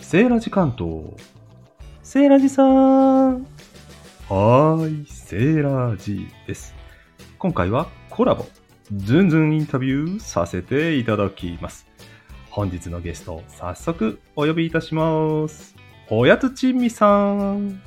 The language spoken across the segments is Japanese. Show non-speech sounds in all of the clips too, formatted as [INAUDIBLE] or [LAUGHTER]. セーラジ関東。セーラジさん。はーい、セーラジです。今回はコラボ、ズンズンインタビューさせていただきます。本日のゲスト、早速お呼びいたします。おやつちみさん。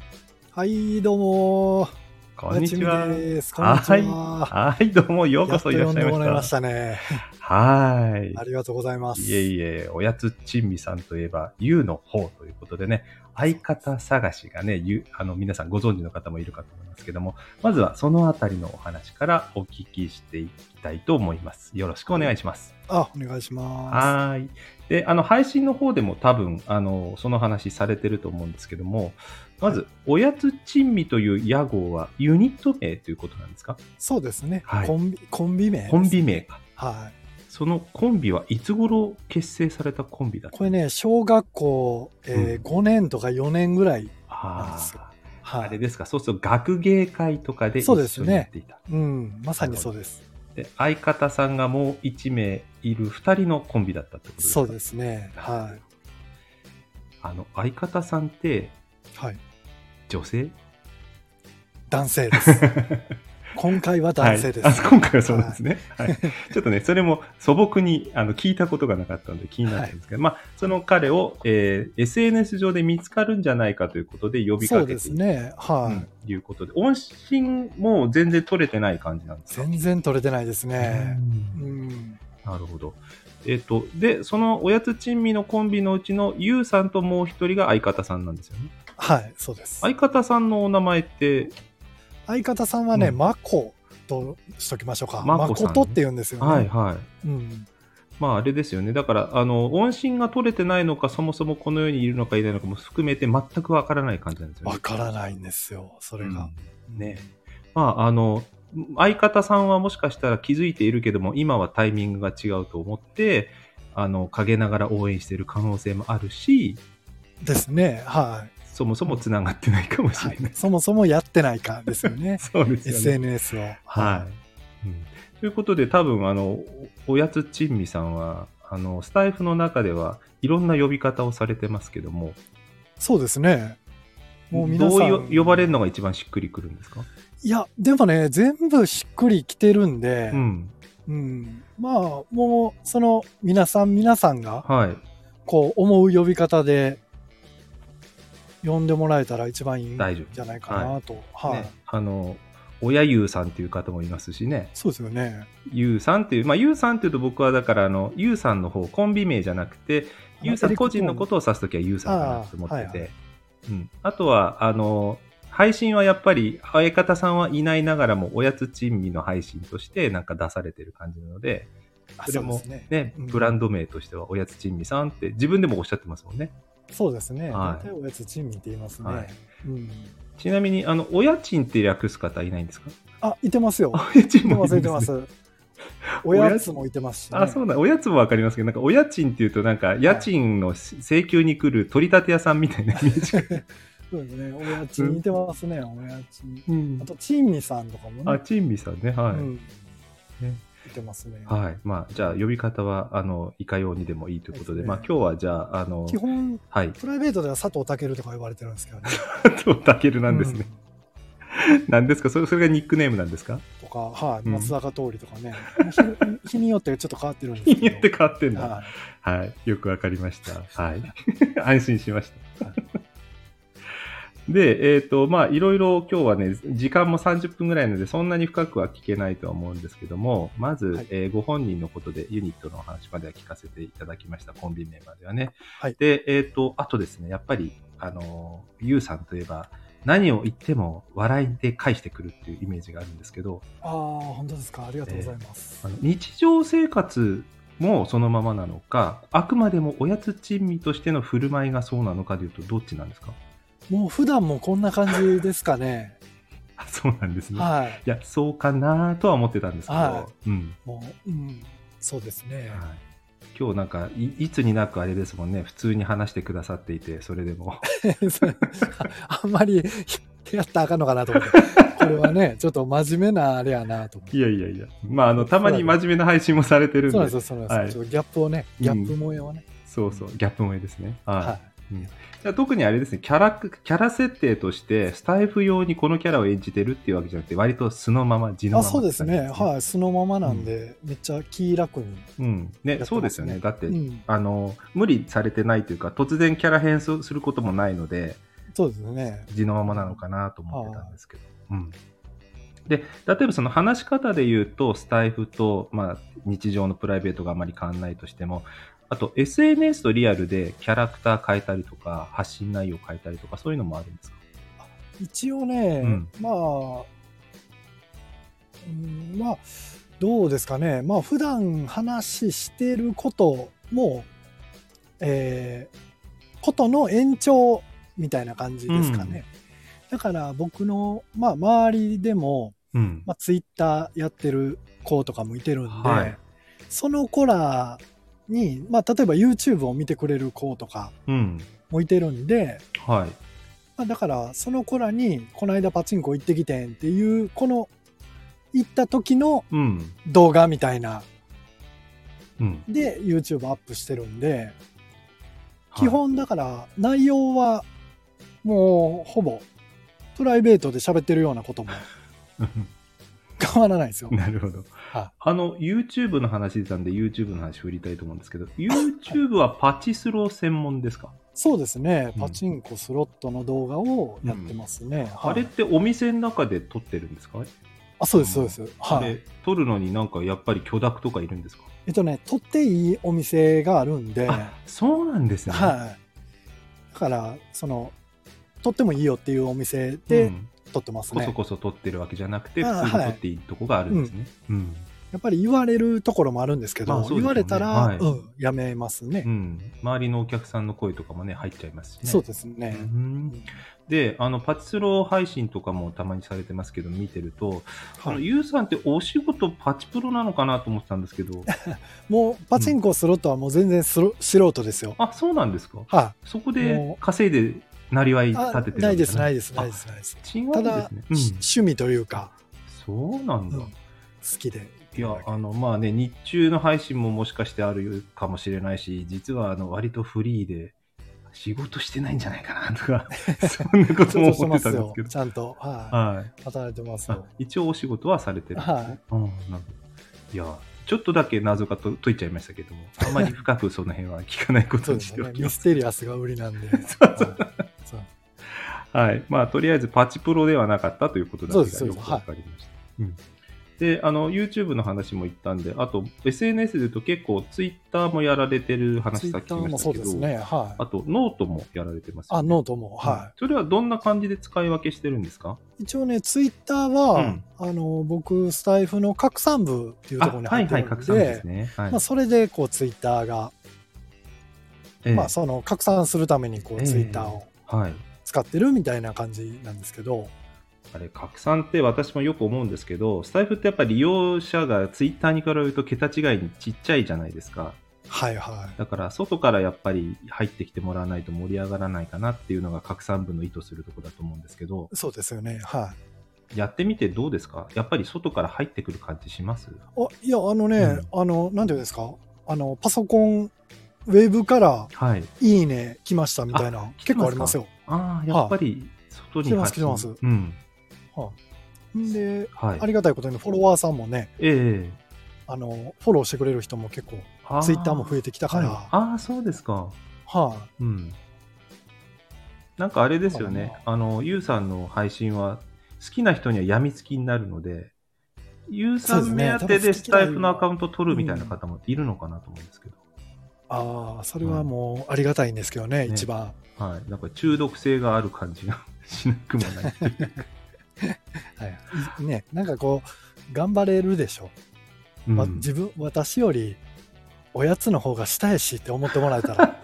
はい、どうも。こんにちはやつ。みですこんにちは。はい、どうもようやこっとそいら呼っんしゃでいまもらいまし。したたね。はーい。ありがとうございます。いえいえ、おやつちんみさんといえば、ゆうの方ということでね、相方探しがね、ゆあの皆さんご存知の方もいるかと思いますけども、まずはそのあたりのお話からお聞きしていきたいと思います。よろしくお願いします。あ、お願いしまはーい。で、あの、配信の方でも多分、あの、その話されてると思うんですけども、まず、おやつちんみという屋号はユニット名ということなんですかす。そうですね。はいコンビコンビ名、コンビ。名か。はい。そのコンビはいつ頃結成されたコンビだったこれね、小学校、うえんー5年とか4年ぐらい。なんあですーよはあれい。ですか、そうすると学芸会とかで一そうで緒すにねやっていた。うん、まさにそうです。で相方さんがもう1名いる2人のコンビだったってことですかそうですね。はあの相方さんってい。はい。女性男 [LAUGHS] 性です。今回は男性です。はいあ今回はそうなんですね、はいちょっとねそれも素朴にあの聞いたことがなかったので気になったんですけど、まあ、その彼を、えー SNS 上で見つかるんじゃないかということで呼びそかうけでてすいたね。と、はい。いうことで音信も全然取れてない感じなんですか全然取れてないですね。うんうん。なるほど。えっ、と、で、そのおやつ珍味のコンビのうちのゆうさんともう一人が相方さんなんですよね。はい、そうです。相方さんのお名前って、相方さんはね、うんマコとしときましょうか。ママココさんねトって言うんですよね。はいはい。うん、まああれですよね。だから、あの、音信が取れてないのか、そもそもこの世にいるのかいないのかも含めて全くわからない感じなんですよね。わからないんですよ、それが。うんねまあ、あの、相方さんはもしかしたら気づいているけども、今はタイミングが違うと思って、あの、陰ながら応援している可能性もあるし、ですね、はそもそも繋がってないかもい、しれはない。 [LAUGHS] い。そもそもやってないかですよね、そう [LAUGHS] ですよね。 SNS を。はい。うんということで、多分あのおおやつ珍味さんはあのスタイフの中ではいろんな呼び方をされてますけども、そうですね。もう皆さん。どうよ呼ばれるのが一番しっくりくるんですか、いや、でもね、全部しっくりきてるんで、ううんん、まあ、もう、その、皆さん皆さんが、はい。こう、思う呼び方で、呼んでもらえたら一番いいん大丈夫じゃないかなと。はい。ね、あの親ゆうさんっていう方もいますしね、そうですよね。ゆうさんっていう、まあ、ゆうさんっていうと僕はだからあの、ゆうさんの方、コンビ名じゃなくて、ゆうさん個人のことを指すときはゆうさんかなと思ってあーはいはて、うんあとは、あの、配信はやっぱり、相方さんはいないながらも、おやつ珍味の配信としてなんか出されてる感じなので、あそれもそうですね。ね、うんブランド名としては、おやつ珍味さんって自分でもおっしゃってますもんね。そうですね。はい大体おやつ珍味って言いますね。はいうん、ちなみに、あの、お家賃って略す方いないんですかあ、いてますよ。お家い賃てもまいす、るいんてでますね、す。 [LAUGHS] おやつもいてますし、ね。あ、そうなんおやつもわかりますけど、なんか、お家賃っていうと、なんか、家賃の請求に来る取り立て屋さんみたいなイメージが。そうですね。おやつ似てますね、おやつに。うんあと、珍味さんとかもね。あ、珍味さんね、はい。うん。ねいてますね。はい。まあ、じゃあ、呼び方は、あの、いかようにでもいいということで、ですねまあ、今日は、じゃあ、あの基、本、はい。 [LAUGHS] プライベートでは佐藤健とか呼ばれてるんですけどね。佐藤健なんですね。 [LAUGHS] なんですかそれ、それがニックネームなんですかうん。とか、はい、うん松坂通りとかね。日日によってちょっと変わってるんです [LAUGHS] け日ど。によって変わってんだ。ははい。よくわかりました。はい。安心しました。で、えっ、と、まあ、いろいろ今日はね、時間も30分ぐらいなので、そんなに深くは聞けないとは思うんですけども、まず、はいえーご本人のことでユニットのお話までは聞かせていただきました、コンビ名まではね。はいで、えっ、と、あとですね、やっぱり、あのー、ゆうさんといえば、何を言っても笑いで返してくるっていうイメージがあるんですけど、い。ああ、本当ですか。ありがとうございます。あの日常生活もそのままなのか、あくまでもおやつ珍味としての振る舞いがそうなのかでいうと、どっちなんですかもう普段もこんな感じですかね。あ [LAUGHS] そうなんですね。はい。いや、そうかなとは思ってたんですけど、はうんもう、うん、そうですね。はい今日なんかい、いつになくあれですもんね、普通に話してくださっていて、それでも。 [LAUGHS] あんまり [LAUGHS] やったらあかんのかな [LAUGHS] と思って、これはね、ちょっと真面目なあれやなと思っ [LAUGHS] て。いやいやいや、まあ、あのたまに真面目な配信もされてるんそうなんで、ですそうよ、そうなんですはいよ。ちょっとギャップをね、ギャップ萌えをね。そうギャップ萌えですね。はいはじゃあ特にあれですね、キャラク、キャラ設定として、スタイフ用にこのキャラを演じてるっていうわけじゃなくて、割と素のまま、地のまあま、そうですね、はい、そのままなんで、めっちゃ気楽に。い。うん。やね、ってますねそうですよね。だって、うん、あの、無理されてないというか、突然キャラ変装することもないので、そうですね。地のままなのかなと思ってたんですけど。うん。で、例えばその話し方で言うと、スタイフと、まあ、日常のプライベートがあまり変わらないとしても、あと SNS とリアルでキャラクター変えたりとか、発信内容変えたりとか、そういうのもあるんですか一応ね、うんまあ、うんまあ、どうですかね、まあ、普段話してることも、えーことの延長みたいな感じですかね。だから僕の、まあ、周りでも、うん。まあ、ツイッターやってる子とかもいてるんで、はいその子らに、まあ、例えば YouTube を見てくれる子とかうん。もいてるんで、はい。まあ、だからその子らに「この間パチンコ行ってきてん」っていうこの行った時のうん。動画みたいなうん。で YouTube アップしてるんではい基本だから内容はもうほぼプライベートで喋ってるようなこ [LAUGHS] とも変わらないですよ。なるほど。はいあの、YouTube の話出たんで、YouTube の話振りたいと思うんですけど、YouTube はパチスロ専門ですかそうですねうんパチンコスロットの動画をやってますね。はいあれってお店の中で撮ってるんですかあそうですそうです。はでい、撮るのになんかやっぱり許諾とかいるんですかえっとね撮っていいお店があるんで。あ、そうなんですね。はい。だから、その、取ってもいいよっていうお店うでん取ってますこね。そこそ撮ってるわけじゃなくて、あ普通には撮いっていいとこがあるんですね。うん。やっぱり言われるところもあるんですけど、まあそうですよね言われたら、はいうん、やめますねう。ん。周りのお客さんの声とかもね、入っちゃいますしね。そうですうね。んで、あの、パチスロ配信とかもたまにされてますけど、見てると、あはのい、ゆうさんってお仕事パチプロなのかなと思ってたんですけど、もう、パチンコスロットはもう全然スロ素人ですよ。あ、そうなんですかはそこもでう稼いで、なりわいい、あ立ててるなわいけでじす、ゃないです、あないです、ないです。違うんたでだすね。し趣味というか、うん、そうなんだ。うん好きで。いや、あの、まあね、日中の配信ももしかしてあるかもしれないし、実は、あの、割とフリーで、仕事してないんじゃないかなと [LAUGHS] か、そんなことちもょっとして思っまてたすんでよすけ。どち。ゃんと、ははい。い。働いてますあよ。一応お仕事はされてるんですね、はいうん、なるほどいやちょっとだけ謎がと解いちゃいましたけどもあまり深くその辺は聞かないこそとうにでしすてね。おきまミすステリアスが売 [LAUGHS] りなんで。はいそうはいまあとりあえずパチプロではなかったということだけそうがですそうよですくわかりましたうんであの YouTube の話も言ったんであと SNS で言うと結構 Twitter もやられてるツ話イさっッきタ言ーいまもしそたけうですど、ね。はい。あとノートもやられてますよねあ、ノートも、はい。いそれはどんな感じで使い分けしてるんですか一応ね、ツイッターは、うんあの僕、スタイフの拡散部っていうところにあは入いってはいるんで、拡散ですねはい、まあ、それでこうツイッターが、ええまあ、その拡散するためにこええうツイッターをはい使ってるみたいな感じなんですけど、あれ拡散って私もよく思うんですけどスタイフってやっぱり利用者がツイッターに比べると桁違いにちっちゃいじゃないですかはいはい。だから外からやっぱり入ってきてもらわないと盛り上がらないかなっていうのが拡散部の意図するところだと思うんですけどそうですよね。はい。やってみてどうですかやっぱり外から入ってくる感じしますあいや、あのね、あの、なんていうんですか、あの、パソコン、ウェブからはいいいね来ましたみたいな、来て結ますか構ありますよ。ああやっぱり外に来てます来てうんんで、はいありがたいことにフォロワーさんもね、ええあの、フォローしてくれる人も結構、あツイッターも増ええてきたたから、はい、ああそうですかはい。うん。なんかあれですよねまあ、あの、ゆうさんの配信は、好きな人には病みつきになるので、ゆうさんそうです目ね当てで多分好スきなタイフのアカウント取るみたいな方もいるのかなと思うんですけど、ああ、それはもうありがたいんですけどね、ね一番。はい。なんか中毒性がある感じが [LAUGHS] しなくも [LAUGHS] ないっていうか。はい、ね、なんかこう、頑張れるでしょ。うんわ自分、私より、おやつの方が下やしって思ってもらえたら、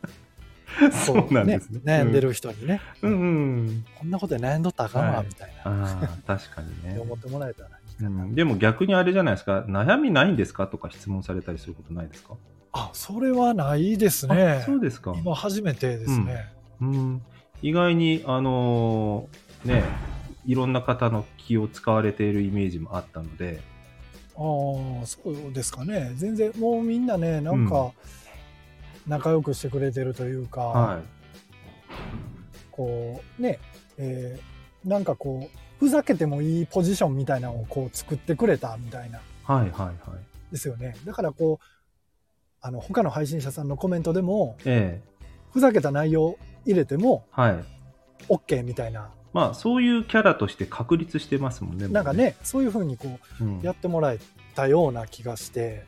[LAUGHS] そうなんですね。悩んでる人にね、うん。うんうん。こんなことで悩んどったらあかんわ、はいみたいな、ああ、確かにってね。 [LAUGHS] 思ってもらえたらいいかうな。ん、でも逆にあれじゃないですか、悩みないんですかとか質問されたりすることないですか、あ、それはないですあね。そうですか。今、初めてですね。うん、意外に、あのーね、いろんな方の気を使われているイメージもあったので、ああ、そうですかね。全然、もうみんなね、なんか、仲良くしてくれてるというか、は。こうね、えーなんかこうふざけてもいいポジションみたいなのをこう作ってくれたみたいないはいはいはい。ですよねだからこうあの他の配信者さんのコメントでもええふざけた内容入れてもはい。 OK みたいなまあ、そういうキャラとして確立してますもんね。なんか、ねそういう風にこう、うんやってもらえたような気がして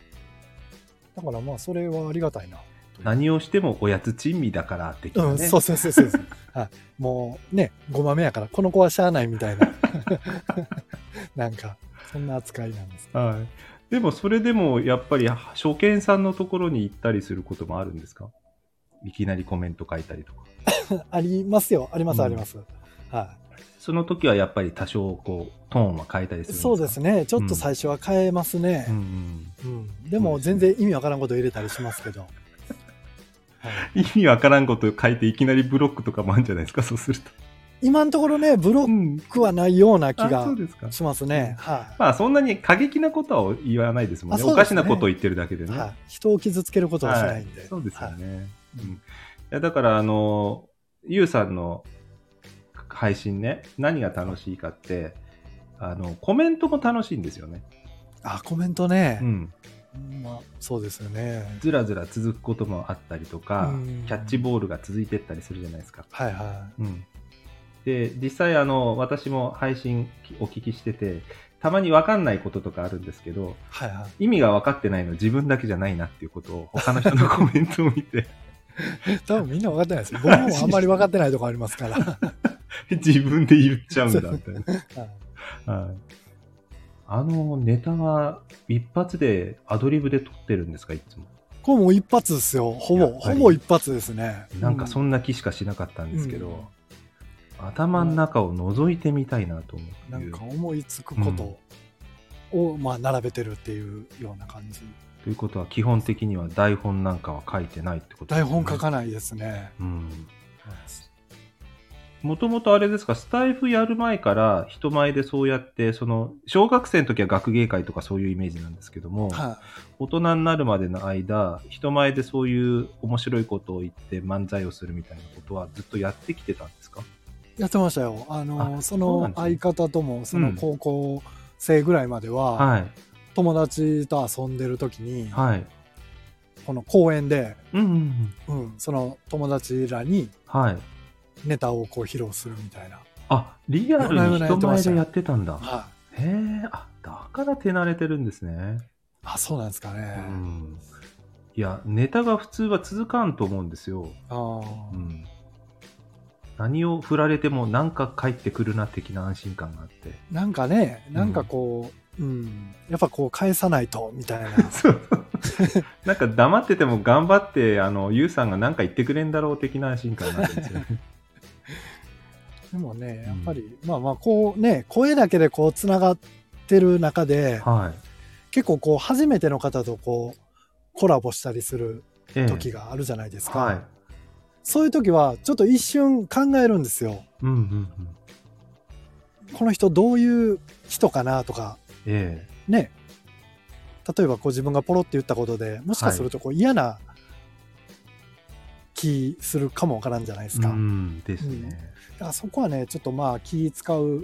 だからまあそれはありがたいな。何をしてもおやつ珍味だから的うなね。ん、そうそうそうそうそう、 [LAUGHS] はい、もうねごまめやからこの子はしゃあないみたいな [LAUGHS] なんかそんな扱いなんですはい、でもそれでもやっぱり初見さんのところに行ったりすることもあるんですかいきなりコメント書いたりとかありますよありますうんあります、はその時はやっぱり多少こうトーンは変えたりするい、んですかそうですね、ねちょっと最初は変えますねう、んうんでも全然意味わからんこと入れたりしますけど、はいうん、意味わからんこと書いていきなりブロックとかもあるんじゃないですかそうすると、今のところねブロッん、クはないような気あそがうですかしますね、はいまあそんなに過激なことは言わないですもんねあそうですねおかしなことを言ってるだけでね、はい、人を傷つけることはしないんで、はい、そうですよはいね、うん、いやだからあのゆうさんの配信ね何が楽しいかってあのコメントも楽しいんですよね、あコメントねう、ん、まあ、そうですよねずらずら続くこともあったりとか、うんキャッチボールが続いてったりするじゃないですか、はいはうん、で実際あの私も配信お聞きしててたまに分かんないこととかあるんですけどいはいはい意味が分かってないの自分だけじゃないなっていうことを他の人のコメントを見て [LAUGHS] 多分みんな分かってないですよ。僕もあんまり分かってないとこあります [LAUGHS] から。自分で言っちゃうんだみたいなはいはい。あのネタは一発でアドリブで撮ってるんですかいつも。これもう一発ですよ。ほぼ、やっぱほりぼ一発ですね。なんかそうんな気しかしなかったんですけど、うん頭の中を覗いてみたいなと思う。なんか思いつくことを、まあ、並べてるっていうような感じ。ということは基本的には台本なんかは書いてないってこと台本書い。かないですね。うん。もともとあれですか、スタイフやる前から人前でそうやって、その、小学生の時は学芸会とかそういうイメージなんですけども、は大人になるまでの間人前でそういう面白いことを言って漫才をするみたいなことはずっとやってきてたんですかい。やってましたよ。あの、あそそうなんのですね相方とも、そうのん高校生ぐらいまでは、はい友達と遊んでる時に、はいこの公園で、うんうんうんうん、その友達らにはいネタをこう披露するみたいな。あリアルに人前でやってたんだはい。へえあだから手慣れてるんですねあ、そうなんですかうね。んいやネタが普通は続かんと思うんですよ、あーうん、何を振られてもなんか返ってくるな的な安心感があってなんかね、なんかこう、うん、やっぱこう返さないとみたいな。そう [LAUGHS] そうなんか黙ってても頑張ってあのゆうさんが何か言ってくれんだろう的な安心感になるんですよ [LAUGHS] ね。でもね、やっぱり、まあまあ、こうね、声だけでこうつながってる中で、はい。結構こう、初めての方とこう、コラボしたりするええ時があるじゃないですか。はい。そういう時は、ちょっと一瞬考えるんですよ。うんうんうん。この人どういう人かなとか、えね。例えばこう自分がポロって言ったことでもしかするとこう嫌な気するかもわからんじゃないでえすか。うんですね。だからそこはねちょっとまあ気使う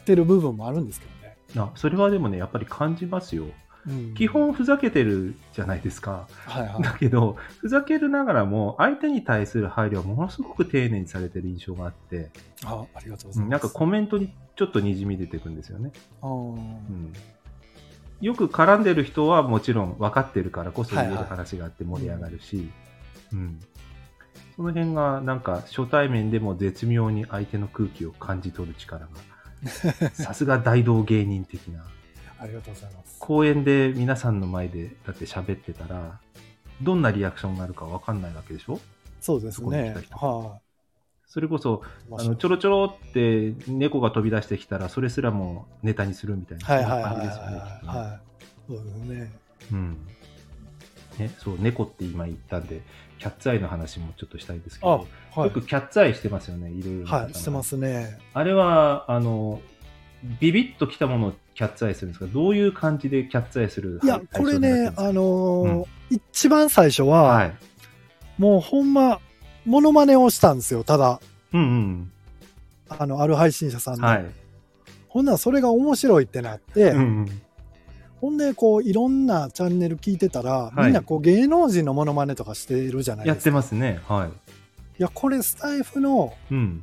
ってる部分もあるんですけどね、あそれはでもねやっぱり感じますよ。うん基本ふざけてるじゃないですか。はいはいだけどふざけるながらも相手に対する配慮はものすごく丁寧にされてる印象があって、あありがとうござういんますなんかコメントにちょっとにじみ出てくるんですよね。あーうんよく絡んでる人はもちろん分かってるからこそ言えるはいはい話があって盛り上がるし、うんその辺がなんか初対面でも絶妙に相手の空気を感じ取る力 [LAUGHS] がさすが大道芸人的なありがとうございます公園で皆さんの前でだって喋ってたらどんなリアクションがあるか分かんないわけでしょそうですそねこに来た人はそれこそい、まあのちょろちょろって猫が飛び出してきたらそれすらもネタにするみたいなはいはいそはいんはいな感じですよねきっとねはいそうですねうん。ね、そう、猫って今言ったんで、キャッツアイの話もちょっとしたいんですけあど、はよくキャッツアイしてますよね、いろいろい、な方が。はい、してますねあれは、あの、ビビッときたものをキャッツアイするんですかどういう感じでキャッツアイするいや対これ対象になってるねんですかあのー一番最初は、はい。もうほんま、モノマネをしたんですよ、ただ、うんあの、ある配信者さんうん。に。はい。ほんならそれが面白いってなって、うんほんで、こう、いろんなチャンネル聞いてたら、はいみんなこう、芸能人のモノマネとかしてるじゃう。なんいやでっすか。てますね。はいや、これ、スタイフのい。うん。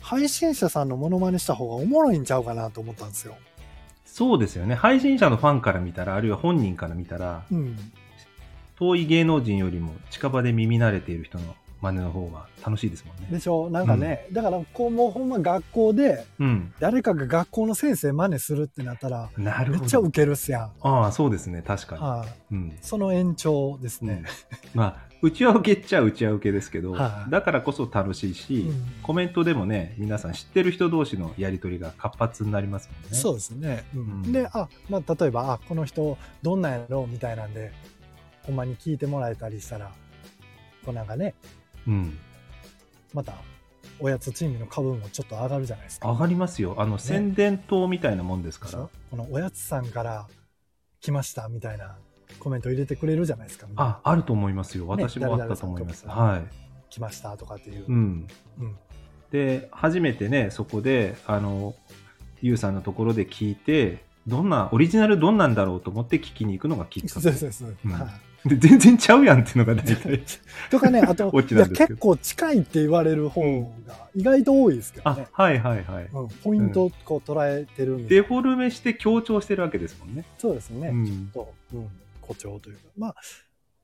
配信者さんのモノマネした方がおもろいんちゃうかなと思ったんですよ。そうですよね。配信者のファンから見たら、あるいは本人から見たら、うん。遠い芸能人よりも近場で耳慣れている人の真似の方が楽しいですもんね。でしょなんかね、だから、こう、もうほんま学校で、うん。誰かが学校の先生真似するってなったら、なるめっほちゃウど。ケるっすやん。ああ、そうですね。確かに。はい、うん。その延長ですね。うん [LAUGHS] まあ、うちは受けっちゃうちは受けですけど、はいだからこそ楽しいし、うんコメントでもね、皆さん知ってる人同士のやりとりが活発になりますもんね。そうう。ですね。うんうんで、あ、まあ、例えば、あ、この人、どんなんやろうみたいなんで、ほんまに聞いてもらえたりしたら、こうなんかね、ん。また、おやつチームの株もちょっと上がるじゃないですか。上がりますよ。あの、宣伝塔みたいなもんですから。このおやつさんから来ましたみたいなコメント入れてくれるじゃないですか。あ、あると思いますよ。ね私もあったと思います。誰々はい。来ましたとかっていう。うん。うんで、初めてね、そこで、あの、ゆうさんのところで聞いて、どんな、オリジナルどんなんだろうと思って聞きに行くのがきっ [LAUGHS] かそうそうけ。そうそううんはいで、全然ちゃうやんっていうのが大体。とかね、あ [LAUGHS] と、オチいなやんですけど結構近いって言われる方が意外と多いですけどあね、。はいはいはい。うん、ポイントをこう捉えてるみたいデな、フォルメして強調してるわけですもんね。そうですね、うんちょっと、うん、誇張というかまあ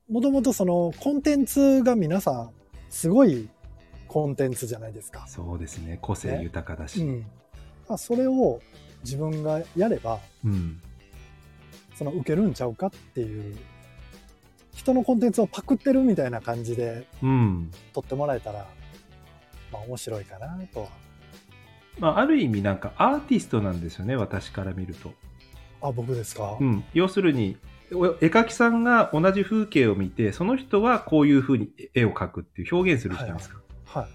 もともとそのコンテンツが皆さんすごいコンテンツじゃないですか、そうですね。個性豊かだうし。んまあ、それを自分がやればうん。その受けるんちゃうかっていう人のコンテンツをパクってるみたいな感じでうん。撮ってもらえたらまあ面白いかなとはまあ、ある意味なんかアーティストなんですよね。私から見ると。あ僕ですか、うん。要するに、お絵描きさんが同じ風景を見て、その人はこういう風に絵を描くっていう表現するじゃないですか。はい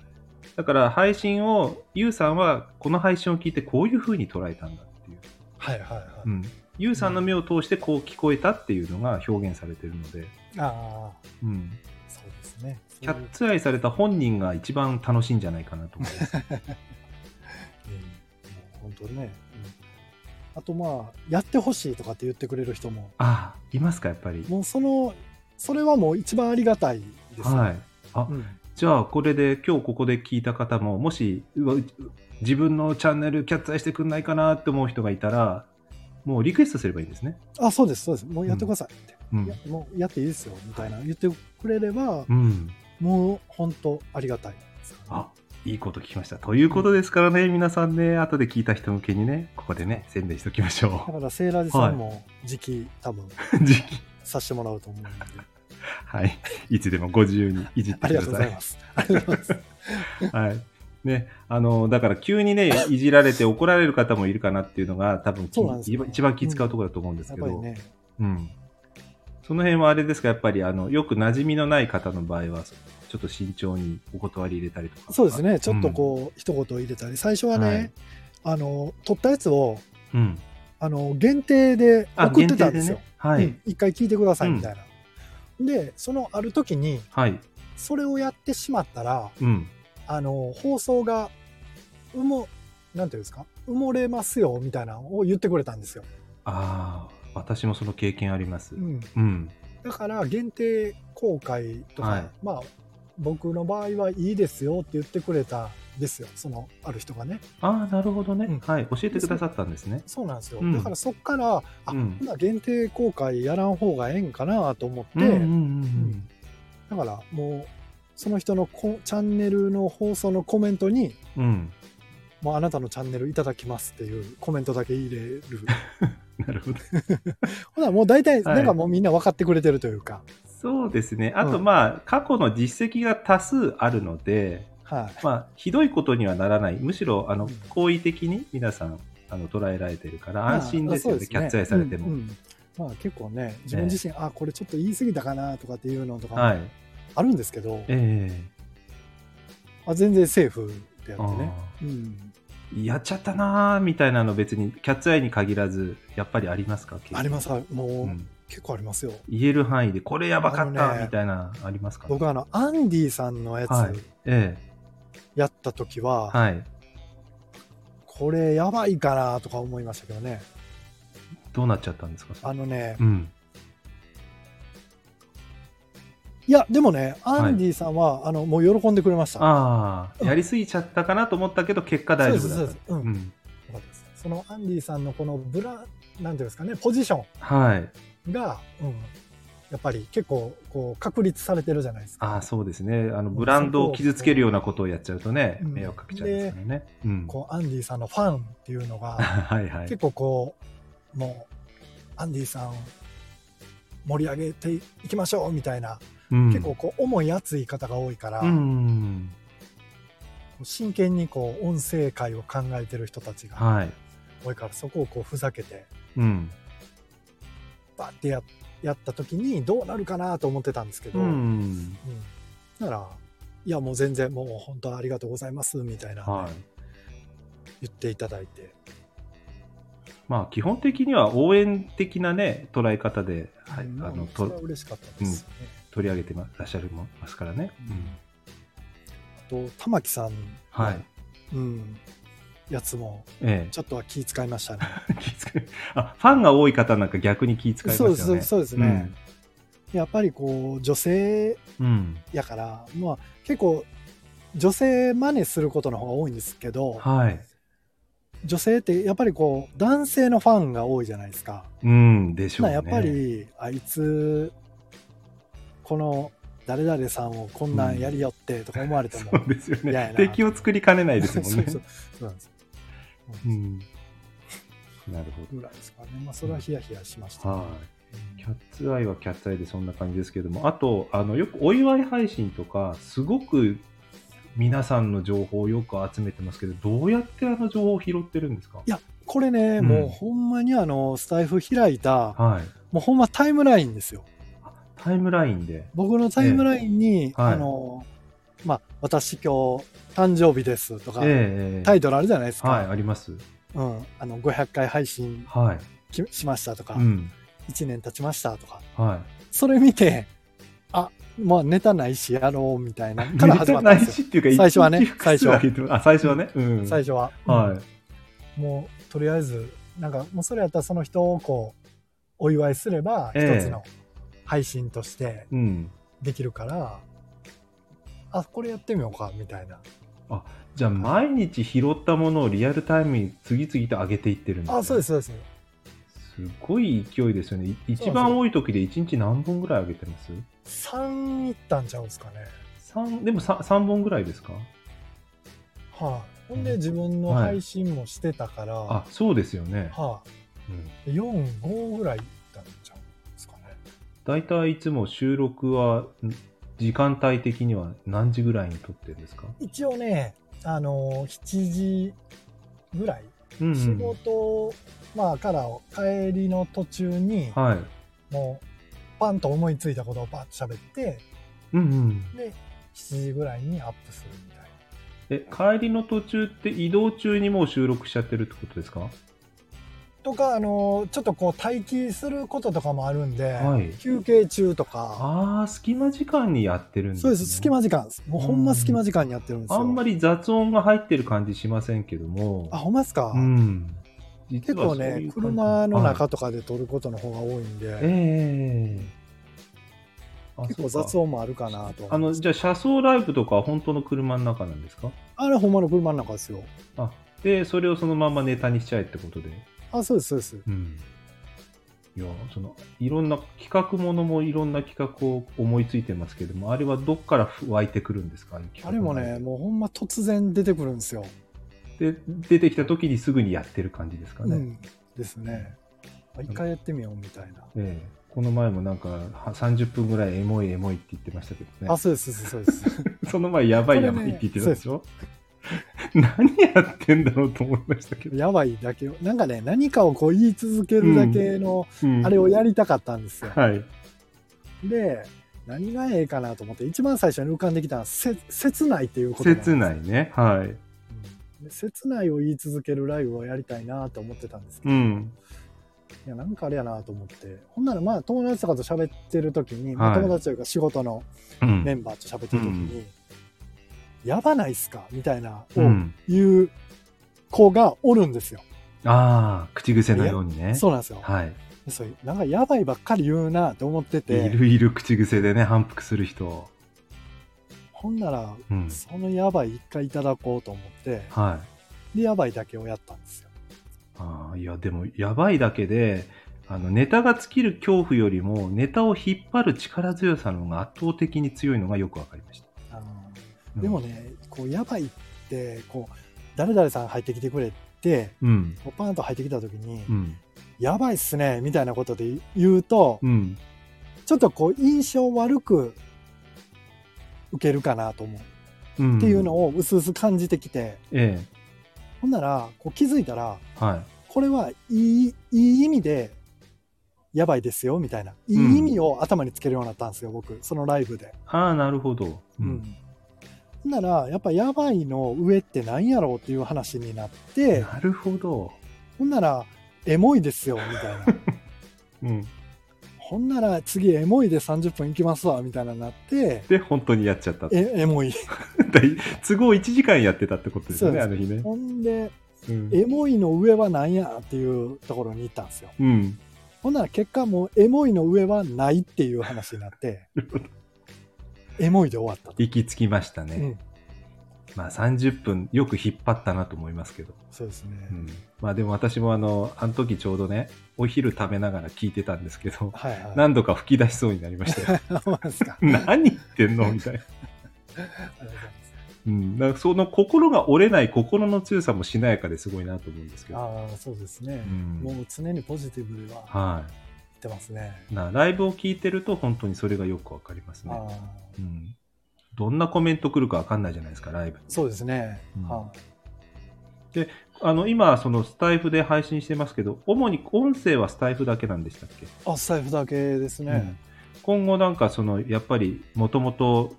だから配信を、ゆうさんはこの配信を聞いてこういう風に捉えたんだっていう。はいはいはい、うん。ゆうさんの目を通してこう聞こえたっていうのが表現されてるので、ああうん。そうですねキャッツアイされた本人が一番楽しいんじゃないかなと思い [LAUGHS] ます。うんもう本当ね、うんあとまあやってほしいとかって言ってくれる人もああ、いますか、やっぱり。もうそのそれはもう一番ありがたいですよ、はい。あう、んじゃあこれで今日ここで聞いた方も、もし、うわう自分のチャンネルキャッツアイしてくんないかなって思う人がいたら、もうリクエストすればいいんですね。あそうですそうですもうやってくださいって、ういやん。もうやっていいですよみたいな言ってくれれば、うん。もう本当ありがたいですよねあ、いいこと聞きました。ということですからね、皆さんね、後で聞いた人向けにね、ここでね、宣伝しておきましだょからセーラージさんも時期、多分う。 [LAUGHS] [LAUGHS] 時期。させてもらうと思うんではい。いつでもご自由にいじっ [LAUGHS] あてくだりがとうごさざいい。ますありがとうございますはい。ね、あの、だから急にね、いじられて怒られる方もいるかなっていうのが、多分、そうなんですよき一番気使うところだと思うんですやっけぱど、りねうん。その辺はあれですか、やっぱり、あの、よく馴染みのない方の場合は、ちょっと慎重にお断り入れたりとか。そうですねちょっとこう、一言入れたり最初はね、はいあの撮ったやつをうん。うん。あの限定であ、送ってた限定んですよね。。はい。うん一回聞いてくださいみたいな。でそのある時にはい。それをやってしまったらうん。あの放送が埋もなんていうんですか埋もれますよみたいなのを言ってくれたんですよ。ああ、私もその経験あります。ううん。ん、だから限定公開とか、はいまあ僕の場合はいいですよって言ってくれたんですよそのある人がね。ああ、なるほどね、うんはい。教えてくださったんですね。そうなんですよ、うんだからそっからあ、うんまあ限定公開やらん方がええんかなと思って。うんうんうんだからもうその人のこチャンネルの放送のコメントにうん。うん。 「もうあなたのチャンネルいただきます」っていうコメントだけ入れる [LAUGHS] なるほど。ほなもう大体はいなんかもうみんな分かってくれてるというか、そうですね。あと、うんまあ、過去の実績が多数あるので、はいまあ、ひどいことにはならない。むしろ、あうのん、好意的に皆さん、あの、捉えられてるから、まあ安心ですよね。そうキャッチアイされてうんうも。んまあ結構ね自分自身、あこれちょっと言い過ぎたかなとかっていうのとはかい。あるんですけど、えあ全然セーフでえやってね、うん、やっちゃったなーみたいなの別に、キャッチアイに限らず、やっぱりありますかありますもう、うん結構ありますよ。言える範囲で、これやばかっあのたねみたいな、ありますか僕あの、アンディさんのやはいつ。えやった時え。は、はい。これやばいかなとか思いましたけどね。どうなっちゃったんですかそれあのね、うん。いや、でもね、いアンディさんは、あの、もう喜んでくれました。ああ、やりすぎちゃったかなと思ったけど、結果大丈夫そうだでっす。そた。うですううん。よん。かったですそのアンディさんのこのブラ、なんていうんですかね、ポジショはい。ンが、うん。やっぱり結構、こう、確立されてるじゃないですか。ああ、そうですね。あの、んブランドを傷つけるようなことをやっちゃうとね、うん迷惑かけちゃうんですからね。うん。こう、アンディさんのファンっていうのが、はいはい。結構こう、もう、アンディさん、盛り上げていきましょうみたいな、うん結構、こう、重い熱い方が多いから、うん。真剣にこう音声会を考えてる人たちがはい。多いからそこをこうふざけてうん。バッてややった時にどうなるかなと思ってたんですけど、ううんん。だからいやもう全然もう本当ありがとうございますみたいな、はい。言っていただいてまあ、基本的には応援的なね、捉え方で、はい、うんあのそれはと嬉しかったですよね、取り上げてまらっしゃるもますからね。あと玉木さんの、はい。うん、やつもえちょっとは気遣い [LAUGHS] ましたねえ。気遣いあ、ファンが多い方なんか逆に気遣いますそようね。ですそうそうですね、やっぱりこう女性うん。うん。やから、まあ、結構女性真似することの方が多いんですけど、はい。女性ってやっぱりこう男性のファンが多いじゃないですか。うんでしょうまあね。やっぱりあいつこの誰々さんをこんなんやりよってとか思われても [LAUGHS] そ、うですよいやいねや。敵を作りかねないですもん [LAUGHS] そうねそう。そうなんですよ。うん。なるほぐらいですかね。まあそれはヒヤヒヤしましたど。ね、はい。うんキャッツアイはキャッツアイでそんな感じですけども、あと、あのよくお祝い配信とか、すごく皆さんの情報をよく集めてますけど、どうやってあの情報を拾ってるんですかいやこれね、うんもうほんまにあのスタイフ開いたはい。もうほんまタイムラインですよ。タイムラインで。僕のタイムラインに、えはいあのまあ私今日誕生日ですとか、ええええタイトルあるじゃないですか。はい、あります。うん、あの500回配信はい。きしましたとか、うん。 1年経ちましたとかは。それ見てあまあネタないしやろうみたいないから始まったんです [LAUGHS] ネタないしよっていうか、最初はね一日複数上げてますあ、最初はね。うん。最初は、はもうとりあえずなんかもうそれやったらその人をこうお祝いすれば一ええつの配信としてい。うん。できるから、あこれやってみようかみたいなじゃあ、毎日拾ったものをリアルタイムに次々と上げていってるんですねあそうですそうですすごい勢いですよね。い一番多い時で1日何本ぐらい上げてます3いったんちゃうんですかね三でも 3, 三本ぐらいですかはい、ほんで自分の配信もしてたから、あそうですよね、はうい、ん、 45ぐらいだったんちゃうんですかね大体いつも収録はん時間帯的には何時ぐらいに撮ってるんですか、一応ねあのー7時ぐらい、うんうん仕事、まあ、から帰りの途中に、はいもうパンと思いついたことをパッと喋ってうんうんで7時ぐらいにアップするみたいなえ帰りの途中って移動中にもう収録しちゃってるってことですかとか、あのーちょっとこう待機することとかもあるんで、はい休憩中とかああ隙間時間にやってるんです、そうね、です隙間時間ですもうほんま隙間時間にやってるんですよあんまりり雑音が入ってる感じしませんけどもあほんまですか、うん結実は構そういう感ねじ車のは中いとかで撮ることの方が多いんで、ええ結構雑音もあるかなとあのじゃあ車窓ライブとかは本当の車の中なんですかあれほんまの車の中ですよあでそれをそのままネタにしちゃえってことであそうですそうですうんいやそのいろんな企画ものもいろんな企画を思いついてますけどもあれはどっから湧いてくるんですかあれもねもうほんま突然出てくるんですよ、で出てきた時にすぐにやってる感じですかうね、んですねあ一回やってみようみたいな、ええこの前もなんかは30分ぐらいエモいエモいって言ってましたけどあねそうですそうですそうです [LAUGHS] [LAUGHS] その前やばいやばいって言ってたでしょ、 [LAUGHS] 何やってんだろうと思いましたけど、やばいだけをなんかね何かをこう言い続けるだけの、うんあれをやりたかったんですよ、はいで何がええかなと思って一番最初に浮かんできたのはせ切ないっていうことなんです切ないねはいうんで切ないを言い続けるライブをやりたいなと思ってたんですけうど、んいや、なんかあれやなと思って。ほんなら、まあ、友達とかと喋ってる時に、まあはい友達というか仕事のうんメンバーと喋ってる時に、やばないっすかみたいな、うをん、言う子がおるんですよ。ああ、口癖のようにね。そうなんですよ。はい。でそういうなんかやばいばっかり言うなと思っていて、るいる口癖でね、反復する人。ほんなら、うん。そのやばい一回いただこうと思って、はい。で、やばいだけをやったんですよ。ああ、いや、でも、やばいだけで、あの、ネタが尽きる恐怖よりも、ネタを引っ張る力強さの方が圧倒的に強いのがよくわかりました。あのうんでもね、こう、やばいって、こう、誰々さん入ってきてくれって、うん。こうパーンと入ってきた時に、うん。やばいっすね、みたいなことで言うと、うん。ちょっとこう、印象悪く受けるかなと思う。うん。っていうのを。を、薄々感じてきて、えほんなら、こう気づいたら、え。はい。これはいい、いい意味で、やばいですよ、みたいな。いい意味を頭につけるようになったんですよ、僕。そのライブで。ああ、なるほど。ううん。。ほんなら、やっぱやばいの上って何やろうっていう話になって、なるほど。ほんなら、エモいですよ、みたいな。 [LAUGHS] うん。ほんなら、次エモいで30分行きますわ、みたいななって、で、本当にやっちゃ [LAUGHS] った。え、エモ [LAUGHS] い。都合1時間やってたってことですよね、あそうので日ね。ほんで、うん。エモいの上は何やっていうところに行ったんですよ。うん。ほんなら結果もうエモいの上はないっていう話にな [LAUGHS] って、エモいで終わったと。行き着きましたうね。ん、まあ、30分、よく引っ張ったなと思いますけど。そうですね。うんまあでも私もあの、あの時ちょうどね、お昼食べながら聞いてたんですけど、はいはい。何度か吹き出しそうになりましたよ。そう [LAUGHS] なんですか。 [LAUGHS] 何言ってんのみたいな。ありがとうございますうん、なんかその心が折れない心の強さもしなやかですごいなと思うんですけど。ああ、そうですうね。もん、う常にポジティブでは言っはてますね。い。なライブを聞いてると本当にそれがよくわかりますあね。あうん、どんなコメント来るかわかんないじゃないですか、ライブ。そうですね。うんはいあの、今、そのスタイフで配信してますけど、主に音声はスタイフだけなんでしたっけあ、スタイフだけですね。今後なんかそのやっぱりもともと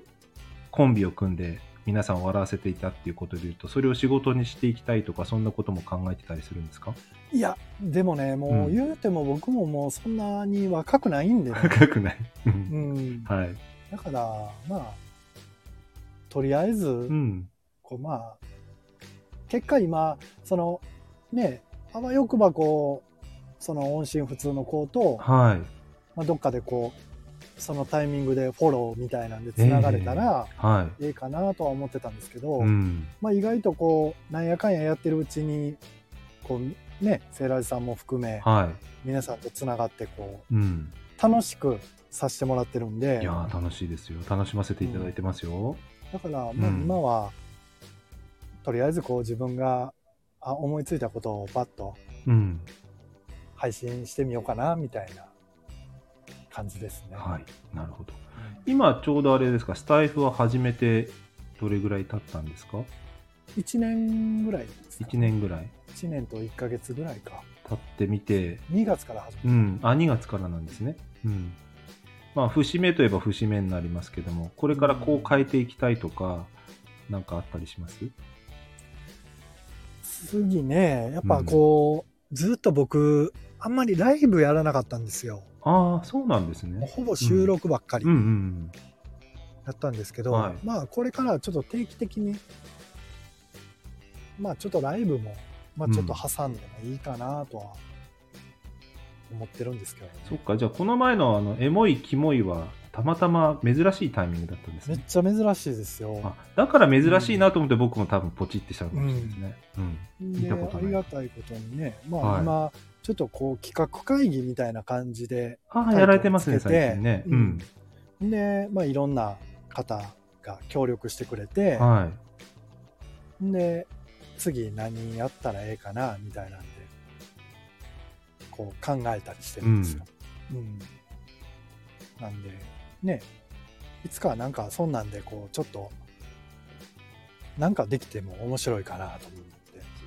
コンビを組んで皆さんを笑わせていたっていうことでいうとそれを仕事にしていきたいとかそんなことも考えてたりするんですかいや、でもね、もううん言うても僕ももうそんなに若くないんでね。高くない、うん。はい、だから、まあ、とりあえず、うん、こうまあ結果今そのねあわよくばこうその音信不通の子と、はいまあ、どっかでこうそのタイミングでフォローみたいなんでつながれたら、はいいいかなとは思ってたんですけど、うんまあ、意外とこうなんやかんややってるうちにこうねセーラージさんも含めは皆さんとつながってこい、うん、う楽しくさせてもらってるんでいやー楽しいですよ楽しませていただいてますよ、だからもう今は、とりあえずこう自分があ思いついたことをパッとうん配信してみようかなみたいな感じですね。はいなるほどうん今ちょうどあれですかスタイフは始めてどれぐらい経ったんですか1年ぐらいですか1年ぐらい1年と1ヶ月ぐらいか経ってみて2月から始うめん、あ2月からなんですね。うんまあ、節目といえば節目になりますけども、これからこう変えていきたいとか、なんかあったりしますた次ねやっぱこう、ずっと僕あんまりライブやらなかったんですよああ、そうなんですもうね。ほぼ収録ばっかりうんうんだったんですけど、はいまあこれからちょっと定期的にまあちょっとライブも、まあ、ちょっと挟んでもいいかなとは思ってるんですけどね、うん。そっか、じゃあこの前のあのエモい、キモいは、たまたま珍しいタイミングだったんですめっね。ちゃ珍しいですよあだから珍しいなと思って、僕も多分ポチってしたのかもしれないですね。うん。見でたことあないりがたいことにね、まはあ、い今、ちょっとこう企画会議みたいな感じで、ああ、やられてますね、タイトルつけて最近ね。ううんん。で、まあ、いろんな方が協力してくれて、はい。で、次何やったらええかなみたいなんで、こう考えたりしてるんですよ。うんなんで、ね、いつかはなんかそんなんで、こう、ちょっと、なんかできても面白いかなと思って。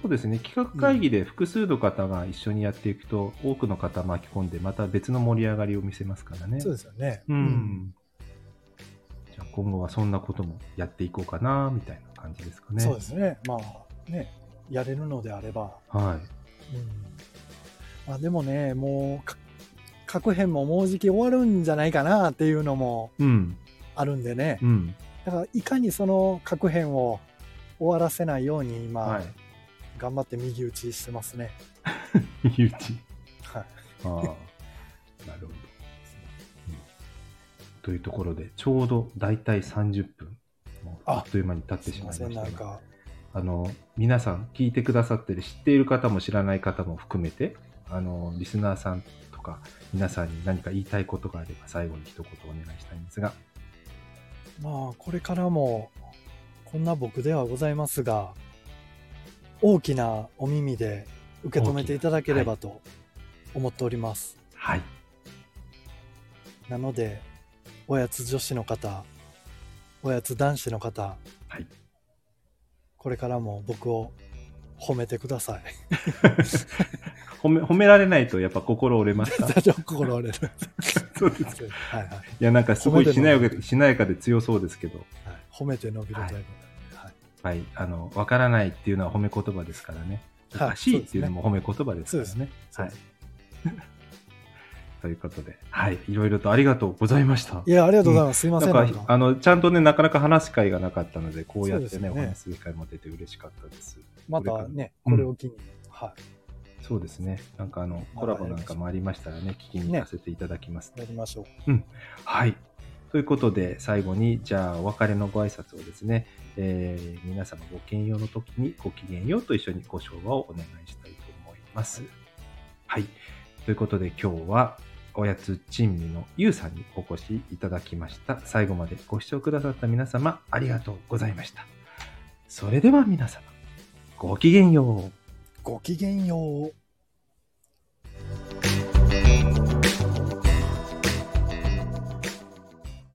そうですね企画会議で複数の方が一緒にやっていくと、多くの方巻き込んでまた別の盛り上がりを見せますからねそうですよね。うん、じゃあ今後はそんなこともやっていこうかなみたいな感じですかねそうですね。まあね、やれるのであれば、はいうんままあでもね、もうか、各編ももうじき終わるんじゃないかなっていうのもうん。あるんでね。うん。だから、いかにその各編を終わらせないように今、はい。 [LAUGHS] 頑張って右打ちしてますね。身内。はい。ああ、なるほど、うんというところで、ちょうどだいたい30分、もうああっという間に経ってすいしまいまましせたがん、なんか。あの皆さん聞いてくださってる知っている方も知らない方も含めてあのリスナーさんとか皆さんに何か言いたいことがあれば最後に一言お願いしたいんですがまあ、これからも、こんな僕ではございますが、大きなお耳で受け止めていただければと思っております。はいなので、おやつ女子の方、おやつ男子の方、はいこれからも僕を褒めてくだ [LAUGHS] さい。褒め褒められないとやっぱ心折れます [LAUGHS] か大丈夫心折れる。そうですかはいはい。いやなんかすごいしなやかしなやかで強そうですけどはい、褒めて伸びるタイプなんで、はい。やっぱりあの分からないっていうのは褒め言葉ですからねおはいかしいっていうのも褒め言葉ですからねそうそうはいです [LAUGHS] ということではいいろいろとありがとうございましたいや、ありがとうございます。すいません。ななんんかかあのちゃんとねなかなか話す会がなかったのでこうやっそてうねおですね話す機会も出て嬉しかったですまこれからたね、うんこれを機に、はい、そうですねなんかあのコラボなんかもありましたらね聞きに行かせていただきます、やりましょう。はいということで最後にじゃあお別れのご挨拶をですね、えー皆様ご健用の時にごきげんようと一緒にご唱和をお願いしたいと思いますはいということで今日はおやつ珍味のゆうさんにお越しいただきました。最後までご視聴くださった皆様ありがとうございました。それでは皆様、ごきげんよう。ごきげんよう。